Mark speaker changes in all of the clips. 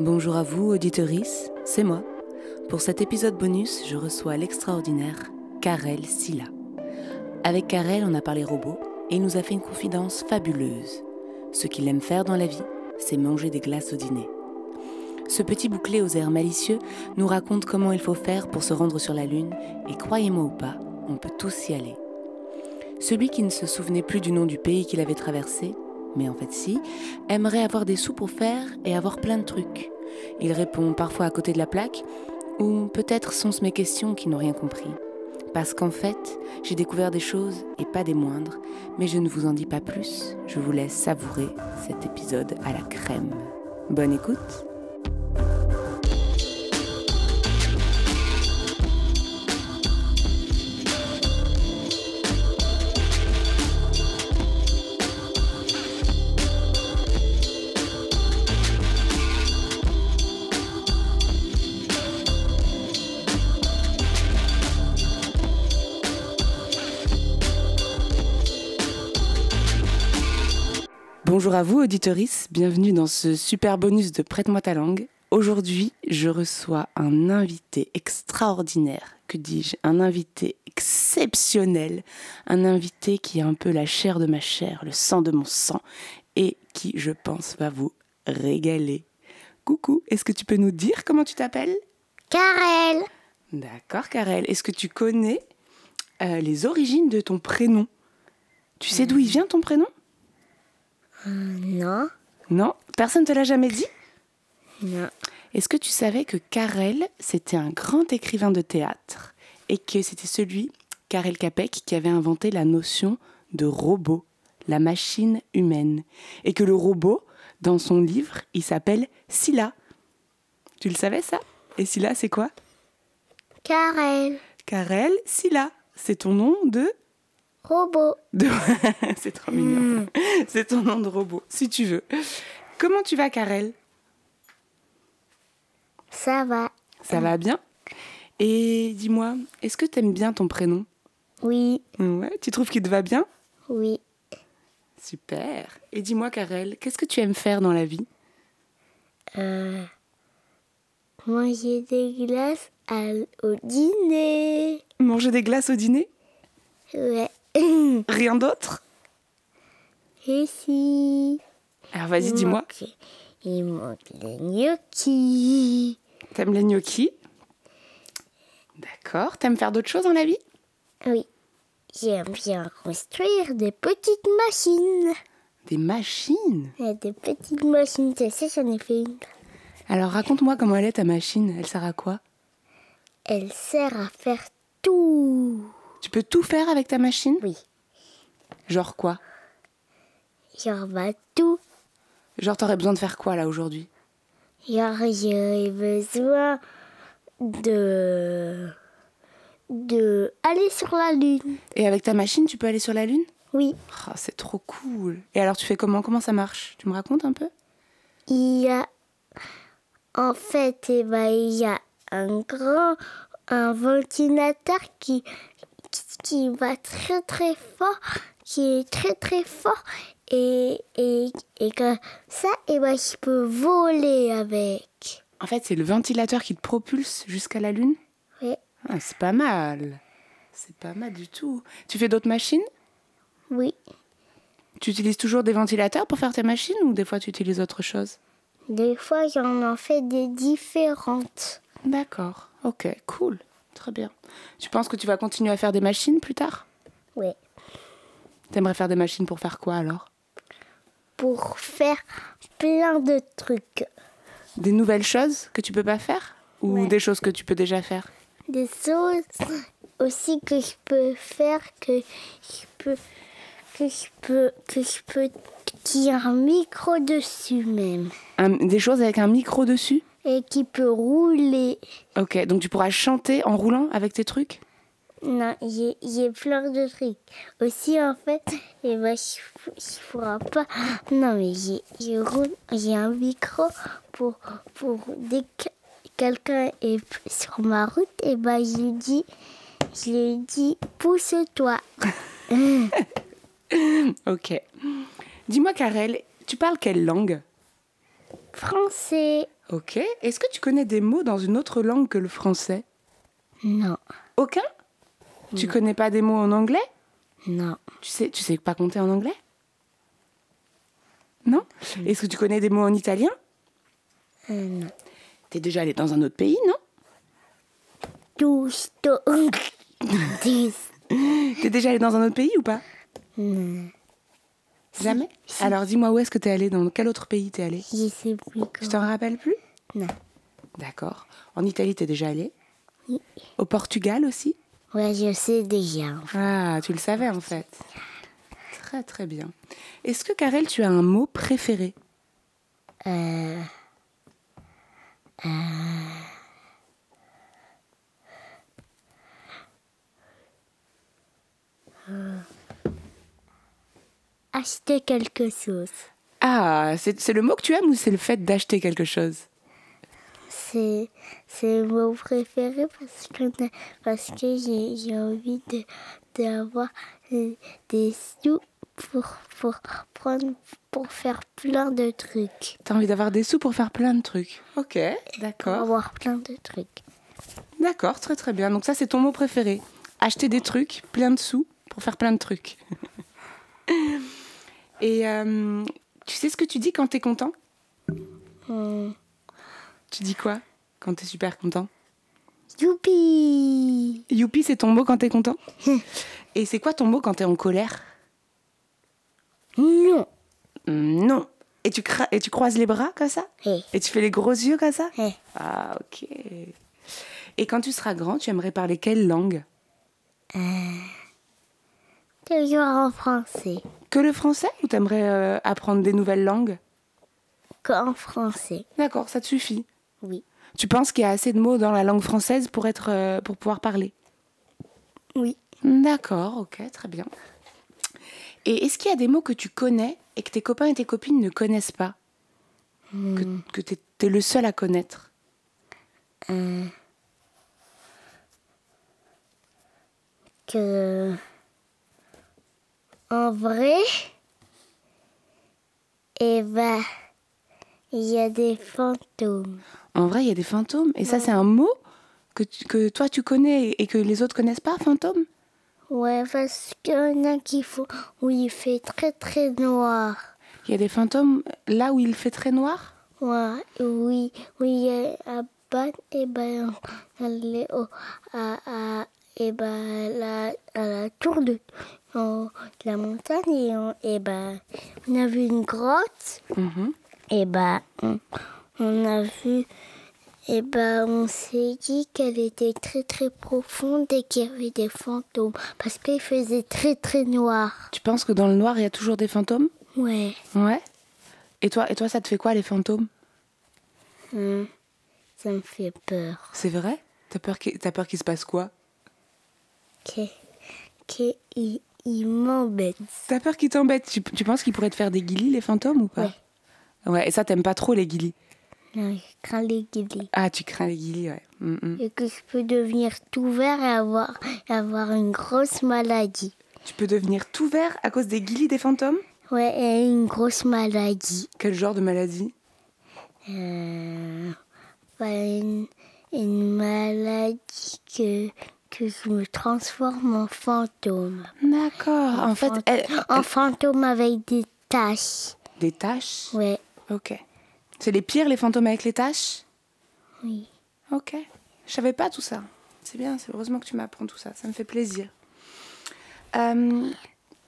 Speaker 1: Bonjour à vous, auditorice, c'est moi. Pour cet épisode bonus, je reçois l'extraordinaire Karel Silla. Avec Karel, on a parlé robots et il nous a fait une confidence fabuleuse. Ce qu'il aime faire dans la vie, c'est manger des glaces au dîner. Ce petit bouclé aux airs malicieux nous raconte comment il faut faire pour se rendre sur la Lune, et croyez-moi ou pas, on peut tous y aller. Celui qui ne se souvenait plus du nom du pays qu'il avait traversé, mais en fait si, aimerait avoir des sous pour faire et avoir plein de trucs. Il répond parfois à côté de la plaque, ou peut-être sont-ce mes questions qui n'ont rien compris. Parce qu'en fait, j'ai découvert des choses, et pas des moindres, mais je ne vous en dis pas plus, je vous laisse savourer cet épisode à la crème. Bonne écoute Bonjour à vous, auditorice. Bienvenue dans ce super bonus de Prête-moi ta langue. Aujourd'hui, je reçois un invité extraordinaire. Que dis-je Un invité exceptionnel. Un invité qui a un peu la chair de ma chair, le sang de mon sang. Et qui, je pense, va vous régaler. Coucou, est-ce que tu peux nous dire comment tu t'appelles
Speaker 2: Karel.
Speaker 1: D'accord, Karel. Est-ce que tu connais euh, les origines de ton prénom Tu sais d'où il vient ton prénom
Speaker 2: Non.
Speaker 1: Non, personne ne te l'a jamais dit
Speaker 2: Non.
Speaker 1: Est-ce que tu savais que Carrel, c'était un grand écrivain de théâtre et que c'était celui, Carrel Capek, qui avait inventé la notion de robot, la machine humaine Et que le robot, dans son livre, il s'appelle Scylla. Tu le savais ça Et Scylla, c'est quoi
Speaker 2: Karel.
Speaker 1: Carrel Scylla, c'est ton nom de...
Speaker 2: Robot.
Speaker 1: de... c'est trop mignon. C'est ton nom de robot, si tu veux. Comment tu vas, Carrel
Speaker 2: Ça va.
Speaker 1: Ça va bien Et dis-moi, est-ce que t'aimes bien ton prénom
Speaker 2: Oui.
Speaker 1: Ouais, tu trouves qu'il te va bien
Speaker 2: Oui.
Speaker 1: Super. Et dis-moi, Karel, qu'est-ce que tu aimes faire dans la vie
Speaker 2: Euh, manger des glaces à- au dîner.
Speaker 1: Manger des glaces au dîner
Speaker 2: Ouais.
Speaker 1: Rien d'autre
Speaker 2: Et si
Speaker 1: Alors vas-y,
Speaker 2: Il
Speaker 1: dis-moi,
Speaker 2: manque- Il manque les gnocchis.
Speaker 1: t'aimes les gnocchis D'accord. T'aimes faire d'autres choses dans la vie
Speaker 2: Ah Oui. J'aime bien construire des petites machines.
Speaker 1: Des machines
Speaker 2: Et des petites machines, tu sais, j'en ai fait une.
Speaker 1: Alors raconte-moi comment elle est ta machine, elle sert à quoi
Speaker 2: Elle sert à faire tout.
Speaker 1: Tu peux tout faire avec ta machine
Speaker 2: Oui.
Speaker 1: Genre quoi
Speaker 2: Genre, bah, tout.
Speaker 1: Genre t'aurais besoin de faire quoi là aujourd'hui
Speaker 2: Genre, j'ai besoin de. de. aller sur la lune.
Speaker 1: Et avec ta machine, tu peux aller sur la lune
Speaker 2: Oui.
Speaker 1: Oh, c'est trop cool. Et alors, tu fais comment Comment ça marche Tu me racontes un peu
Speaker 2: Il y a. en fait, eh ben, il y a un grand. un ventilateur qui. qui, qui va très très fort. qui est très très fort. Et. et, et comme ça, et ben, je peux voler avec.
Speaker 1: En fait, c'est le ventilateur qui te propulse jusqu'à la Lune
Speaker 2: Oui.
Speaker 1: Ah, C'est pas mal. C'est pas mal du tout. Tu fais d'autres machines
Speaker 2: Oui.
Speaker 1: Tu utilises toujours des ventilateurs pour faire tes machines ou des fois tu utilises autre chose
Speaker 2: Des fois, j'en en fais des différentes.
Speaker 1: D'accord. Ok, cool. Très bien. Tu penses que tu vas continuer à faire des machines plus tard
Speaker 2: Oui.
Speaker 1: T'aimerais faire des machines pour faire quoi alors
Speaker 2: Pour faire plein de trucs.
Speaker 1: Des nouvelles choses que tu peux pas faire Ou
Speaker 2: Ouais.
Speaker 1: des choses que tu peux déjà faire
Speaker 2: Des choses aussi que je peux faire, que je peux. que je peux. que je peux. qui a un micro dessus même.
Speaker 1: Un- Des choses avec un micro dessus
Speaker 2: Et qui peut rouler.
Speaker 1: Ok, donc tu pourras chanter en roulant avec tes trucs
Speaker 2: Non, j'ai j'ai plein de trucs. Aussi, en fait, et ben, je ne pourrai pas. Non, mais j'ai- j'ai roule- j'ai un micro pour, pour dès que quelqu'un est p- sur ma route, et ben, je lui dis, je lui dis pousse-toi.
Speaker 1: Ok. Dis-moi, Karel, tu parles quelle langue
Speaker 2: Français.
Speaker 1: Ok. Est-ce que tu connais des mots dans une autre langue que le français
Speaker 2: Non,
Speaker 1: Aucun Tu connais pas des mots en anglais
Speaker 2: non,
Speaker 1: Tu sais, tu sais pas compter en anglais Non Est-ce que tu connais des mots en italien
Speaker 2: Hmm. euh, non.
Speaker 1: T'es déjà allé dans un autre pays, non
Speaker 2: Dousto.
Speaker 1: T'es déjà allé dans un autre pays ou pas Jamais Alors dis-moi où est-ce que t'es allé, dans quel autre pays t'es allé
Speaker 2: Je sais plus
Speaker 1: Tu
Speaker 2: comment.
Speaker 1: t'en rappelles plus
Speaker 2: Non.
Speaker 1: D'accord. En Italie, t'es déjà allé
Speaker 2: Oui.
Speaker 1: Au Portugal aussi
Speaker 2: Ouais, je sais déjà.
Speaker 1: Ah, tu le savais en fait. Très très bien. Est-ce que Karel, tu as un mot préféré
Speaker 2: Euh, Acheter quelque chose.
Speaker 1: Ah, c'est c'est le mot que tu aimes ou c'est le fait d'acheter quelque chose
Speaker 2: C'est c'est mon préféré parce que, parce que j'ai j'ai envie de- d'avoir euh, des sous pour, pour, prendre, pour faire plein de trucs.
Speaker 1: T'as envie d'avoir des sous pour faire plein de trucs. Ok,
Speaker 2: Pour
Speaker 1: d'accord.
Speaker 2: avoir plein de trucs.
Speaker 1: D'accord, très très bien. Donc ça, c'est ton mot préféré. Acheter des trucs, plein de sous, pour faire plein de trucs. Et euh, tu sais ce que tu dis quand t'es content
Speaker 2: Hum.
Speaker 1: Tu dis quoi quand t'es super content
Speaker 2: Youpi
Speaker 1: Youpi, c'est ton mot quand t'es content Et c'est quoi ton mot quand t'es en colère
Speaker 2: Non
Speaker 1: Hum, Non. Et tu, cra- et tu croises les bras comme ça
Speaker 2: Hé,
Speaker 1: Et tu fais les gros yeux comme ça
Speaker 2: hé.
Speaker 1: Ah, ok. Et quand tu seras grand, tu aimerais parler quelle langue
Speaker 2: Toujours en français.
Speaker 1: Que le français ou t'aimerais euh, apprendre des nouvelles langues
Speaker 2: Qu'en français.
Speaker 1: D'accord, ça te suffit.
Speaker 2: Oui.
Speaker 1: Tu penses qu'il y a assez de mots dans la langue française pour, être, euh, pour pouvoir parler
Speaker 2: Oui.
Speaker 1: D'accord, ok, très bien. Et est-ce qu'il y a des mots que tu connais et que tes copains et tes copines ne connaissent pas Que, que t'es t'es le seul à connaître
Speaker 2: Que. En vrai. Eh ben. Il y a des fantômes.
Speaker 1: En vrai, il y a des fantômes. Et ça, c'est un mot que, tu- que toi, tu connais et que les autres connaissent pas, fantôme
Speaker 2: Ouais, parce qu'il y en a qui font. Où il fait très très noir.
Speaker 1: Il y a des fantômes là où il fait très noir
Speaker 2: Ouais, oui, oui, euh, à Ban, et ben, on allait au, à, à, et ben, la, à la tour de, en- de la montagne, et, on, et ben, on a vu une grotte,
Speaker 1: Mhm.
Speaker 2: et ben, on, on a vu, et ben, on s'est dit qu'elle était très très profonde et qu'il y avait des fantômes, parce qu'il faisait très très noir.
Speaker 1: Tu penses que dans le noir, il y a toujours des fantômes
Speaker 2: Ouais.
Speaker 1: Ouais. Et toi, et toi, ça te fait quoi, les fantômes
Speaker 2: Hum, ça me fait peur.
Speaker 1: C'est vrai T'as peur qu'il t'as peur qu'il se passe quoi
Speaker 2: que, que il, il m'embête.
Speaker 1: T'as peur qu'ils t'embêtent tu, tu penses qu'ils pourraient te faire des guilis, les fantômes, ou pas Ouais, et ça, t'aimes pas trop les guilis.
Speaker 2: Non, je crains les guillis.
Speaker 1: Ah, tu crains les guilis, ouais. Mm, mm.
Speaker 2: Et que je peux devenir tout vert et avoir, et avoir une grosse maladie.
Speaker 1: Tu peux devenir tout vert à cause des guilis des fantômes
Speaker 2: Ouais, et une grosse maladie.
Speaker 1: Quel genre de maladie
Speaker 2: Euh, bah, une, une maladie que, que je me transforme en fantôme.
Speaker 1: D'accord. En fait,
Speaker 2: Fant-
Speaker 1: elle-
Speaker 2: En fantôme avec des taches.
Speaker 1: des taches
Speaker 2: Ouais,
Speaker 1: Ok. C'est les pires, les fantômes avec les taches
Speaker 2: oui.
Speaker 1: Ok. Je savais pas tout ça. C'est bien, c'est heureusement que tu m'apprends tout ça. Ça me fait plaisir. Euh,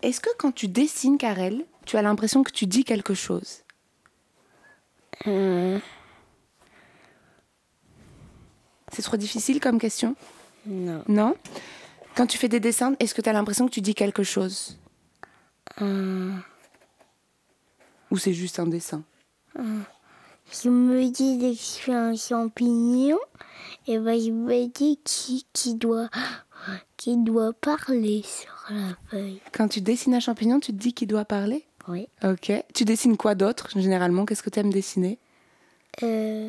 Speaker 1: Est-ce que quand tu dessines, Karel, tu as l'impression que tu dis quelque chose
Speaker 2: Euh,
Speaker 1: C'est trop difficile comme question
Speaker 2: non.
Speaker 1: Non Quand tu fais des dessins, est-ce que tu as l'impression que tu dis quelque chose
Speaker 2: Euh.
Speaker 1: Ou c'est juste un dessin
Speaker 2: Je me dis dès que je fais un champignon, et ben je me dis qui, qui doit qui doit parler sur la feuille.
Speaker 1: Quand tu dessines un champignon, tu te dis qu'il doit parler
Speaker 2: Oui.
Speaker 1: Ok. Tu dessines quoi d'autre, généralement Qu'est-ce que tu aimes dessiner
Speaker 2: Euh,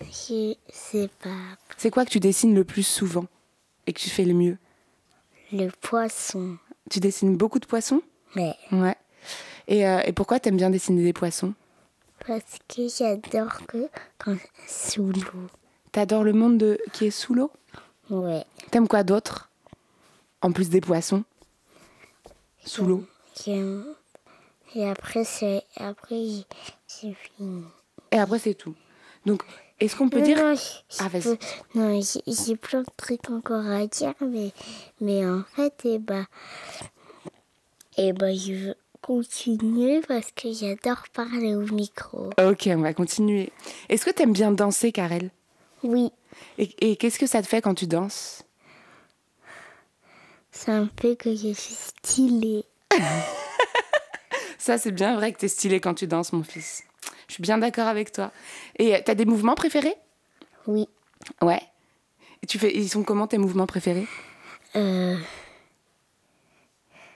Speaker 2: je sais pas.
Speaker 1: C'est quoi que tu dessines le plus souvent et que tu fais le mieux
Speaker 2: Le poisson.
Speaker 1: Tu dessines beaucoup de poissons
Speaker 2: Mais
Speaker 1: Ouais. Et, euh, et pourquoi t'aimes bien dessiner des poissons
Speaker 2: parce que j'adore que quand sous l'eau.
Speaker 1: T'adores le monde de- qui est sous l'eau
Speaker 2: Ouais.
Speaker 1: T'aimes quoi d'autre En plus des poissons Sous l'eau
Speaker 2: J'aime- Et après, c'est après j'ai- j'ai fini.
Speaker 1: Et après, c'est tout. Donc, est-ce qu'on peut
Speaker 2: Non,
Speaker 1: dire.
Speaker 2: non, j-
Speaker 1: Ah,
Speaker 2: je
Speaker 1: vas-y.
Speaker 2: peux- Non, j'ai- j'ai plein de trucs encore à dire, mais, mais en fait, eh ben, eh ben, je veux continuer parce que j'adore parler au micro.
Speaker 1: Ok, on va continuer. Est-ce que t'aimes bien danser, Karel
Speaker 2: Oui,
Speaker 1: Et, et qu'est-ce que ça te fait quand tu danses
Speaker 2: ça me fait que je suis stylée.
Speaker 1: Ça, c'est bien vrai que t'es stylé quand tu danses, mon fils. Je suis bien d'accord avec toi. Et euh, t'as des mouvements préférés
Speaker 2: Oui,
Speaker 1: Ouais. Et tu fais, ils sont comment tes mouvements préférés
Speaker 2: euh,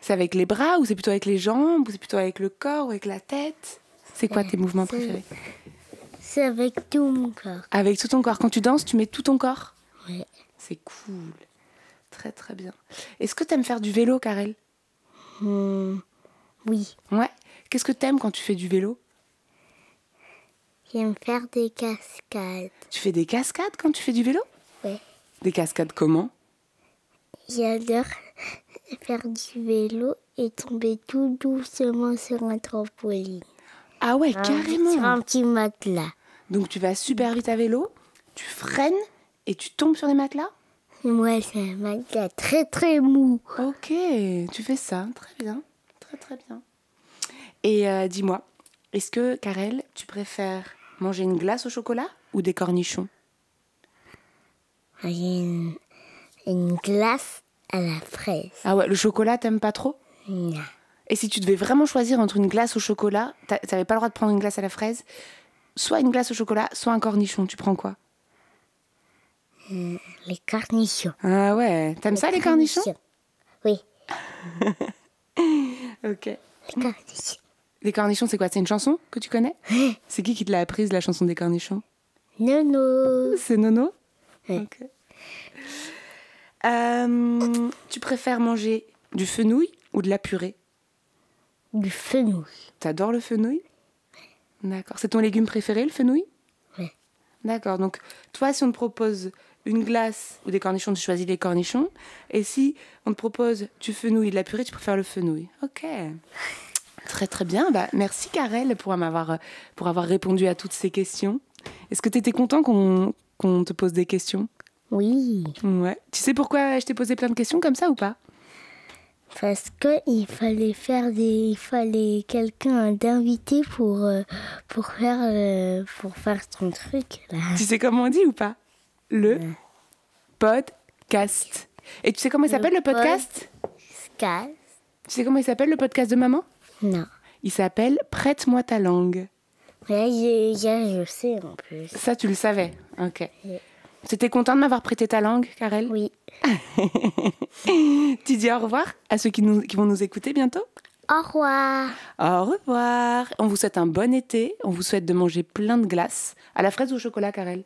Speaker 1: C'est avec les bras ou c'est plutôt avec les jambes ou c'est plutôt avec le corps ou avec la tête C'est quoi tes mouvements
Speaker 2: c'est-
Speaker 1: préférés
Speaker 2: c'est avec tout mon corps.
Speaker 1: Avec tout ton corps. Quand tu danses, tu mets tout ton corps
Speaker 2: Ouais.
Speaker 1: C'est cool. Très très bien. Est-ce que t'aimes faire du vélo, Karel
Speaker 2: Hmm, oui,
Speaker 1: Ouais. Qu'est-ce que t'aimes quand tu fais du vélo
Speaker 2: j'aime faire des cascades.
Speaker 1: Tu fais des cascades quand tu fais du vélo
Speaker 2: Ouais.
Speaker 1: Des cascades comment
Speaker 2: J'adore faire du vélo et tomber tout doucement sur un trampoline.
Speaker 1: Ah ouais,
Speaker 2: Sur
Speaker 1: carrément.
Speaker 2: un petit matelas.
Speaker 1: Donc tu vas super vite à vélo, tu freines et tu tombes sur les matelas
Speaker 2: Et moi, c'est un matelas très très mou.
Speaker 1: Ok, tu fais ça, très bien, très très bien. Et euh, dis-moi, est-ce que, Karel, tu préfères manger une glace au chocolat ou des cornichons
Speaker 2: Ah, J'ai une, une glace à la fraise.
Speaker 1: Ah ouais, le chocolat, t'aimes pas trop
Speaker 2: Non.
Speaker 1: Et si tu devais vraiment choisir entre une glace au chocolat, t'a- t'avais pas le droit de prendre une glace à la fraise, soit une glace au chocolat, soit un cornichon, tu prends quoi
Speaker 2: Les cornichons.
Speaker 1: Ah ouais, t'aimes ça les cornichons
Speaker 2: Oui,
Speaker 1: Ok.
Speaker 2: les cornichons.
Speaker 1: Les cornichons, c'est quoi C'est une chanson que tu connais C'est qui qui te l'a apprise, la chanson des cornichons
Speaker 2: Nono.
Speaker 1: C'est Nono
Speaker 2: Ouais.
Speaker 1: Ok. Euh, tu préfères manger du fenouil ou de la purée
Speaker 2: Du fenouil.
Speaker 1: T'adores le fenouil D'accord. C'est ton légume préféré, le fenouil
Speaker 2: Ouais.
Speaker 1: D'accord. Donc, toi, si on te propose une glace ou des cornichons, tu choisis les cornichons. Et si on te propose du fenouil et de la purée, tu préfères le fenouil. Ok. Très, très bien. Bah, merci, Karel, pour m'avoir, pour avoir répondu à toutes ces questions. Est-ce que tu étais content qu'on qu'on te pose des questions
Speaker 2: Oui,
Speaker 1: Ouais. Tu sais pourquoi je t'ai posé plein de questions comme ça ou pas
Speaker 2: parce que il fallait faire des, il fallait quelqu'un d'invité pour euh, pour faire euh, pour faire ton truc là.
Speaker 1: Tu sais comment on dit ou pas Le podcast. Et tu sais comment il
Speaker 2: Le
Speaker 1: s'appelle le
Speaker 2: pod-
Speaker 1: podcast
Speaker 2: Cascade.
Speaker 1: Tu sais comment il s'appelle le podcast de maman
Speaker 2: Non.
Speaker 1: Il s'appelle Prête-moi ta langue.
Speaker 2: Là, je, je- je sais en plus.
Speaker 1: Ça, tu le savais. Ok. T'étais content de m'avoir prêté ta langue, Karel
Speaker 2: Oui.
Speaker 1: Tu dis au revoir à ceux qui, nous- qui vont nous écouter bientôt
Speaker 2: Au revoir.
Speaker 1: Au revoir. On vous souhaite un bon été. On vous souhaite de manger plein de glaces. À la fraise ou au chocolat, Karel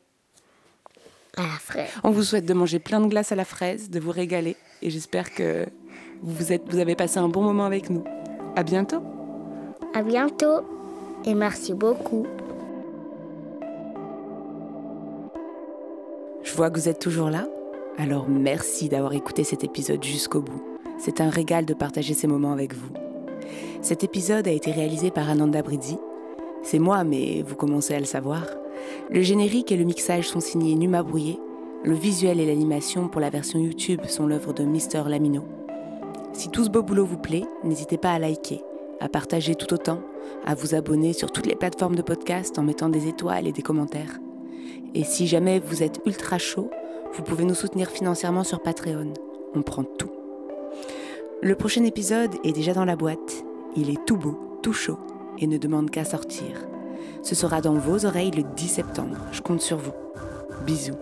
Speaker 2: À la fraise.
Speaker 1: On vous souhaite de manger plein de glaces à la fraise, de vous régaler. Et j'espère que vous, êtes, vous avez passé un bon moment avec nous. À bientôt.
Speaker 2: À bientôt. Et merci beaucoup.
Speaker 1: Je vois que vous êtes toujours là. Alors merci d'avoir écouté cet épisode jusqu'au bout. C'est un régal de partager ces moments avec vous. Cet épisode a été réalisé par Ananda Bridi. C'est moi, mais vous commencez à le savoir. Le générique et le mixage sont signés Numa Brouillet. Le visuel et l'animation pour la version YouTube sont l'œuvre de Mister Lamino. Si tout ce beau boulot vous plaît, n'hésitez pas à liker, à partager tout autant, à vous abonner sur toutes les plateformes de podcast en mettant des étoiles et des commentaires. Et si jamais vous êtes ultra chaud, vous pouvez nous soutenir financièrement sur Patreon. On prend tout. Le prochain épisode est déjà dans la boîte. Il est tout beau, tout chaud et ne demande qu'à sortir. Ce sera dans vos oreilles le 10 septembre. Je compte sur vous. Bisous.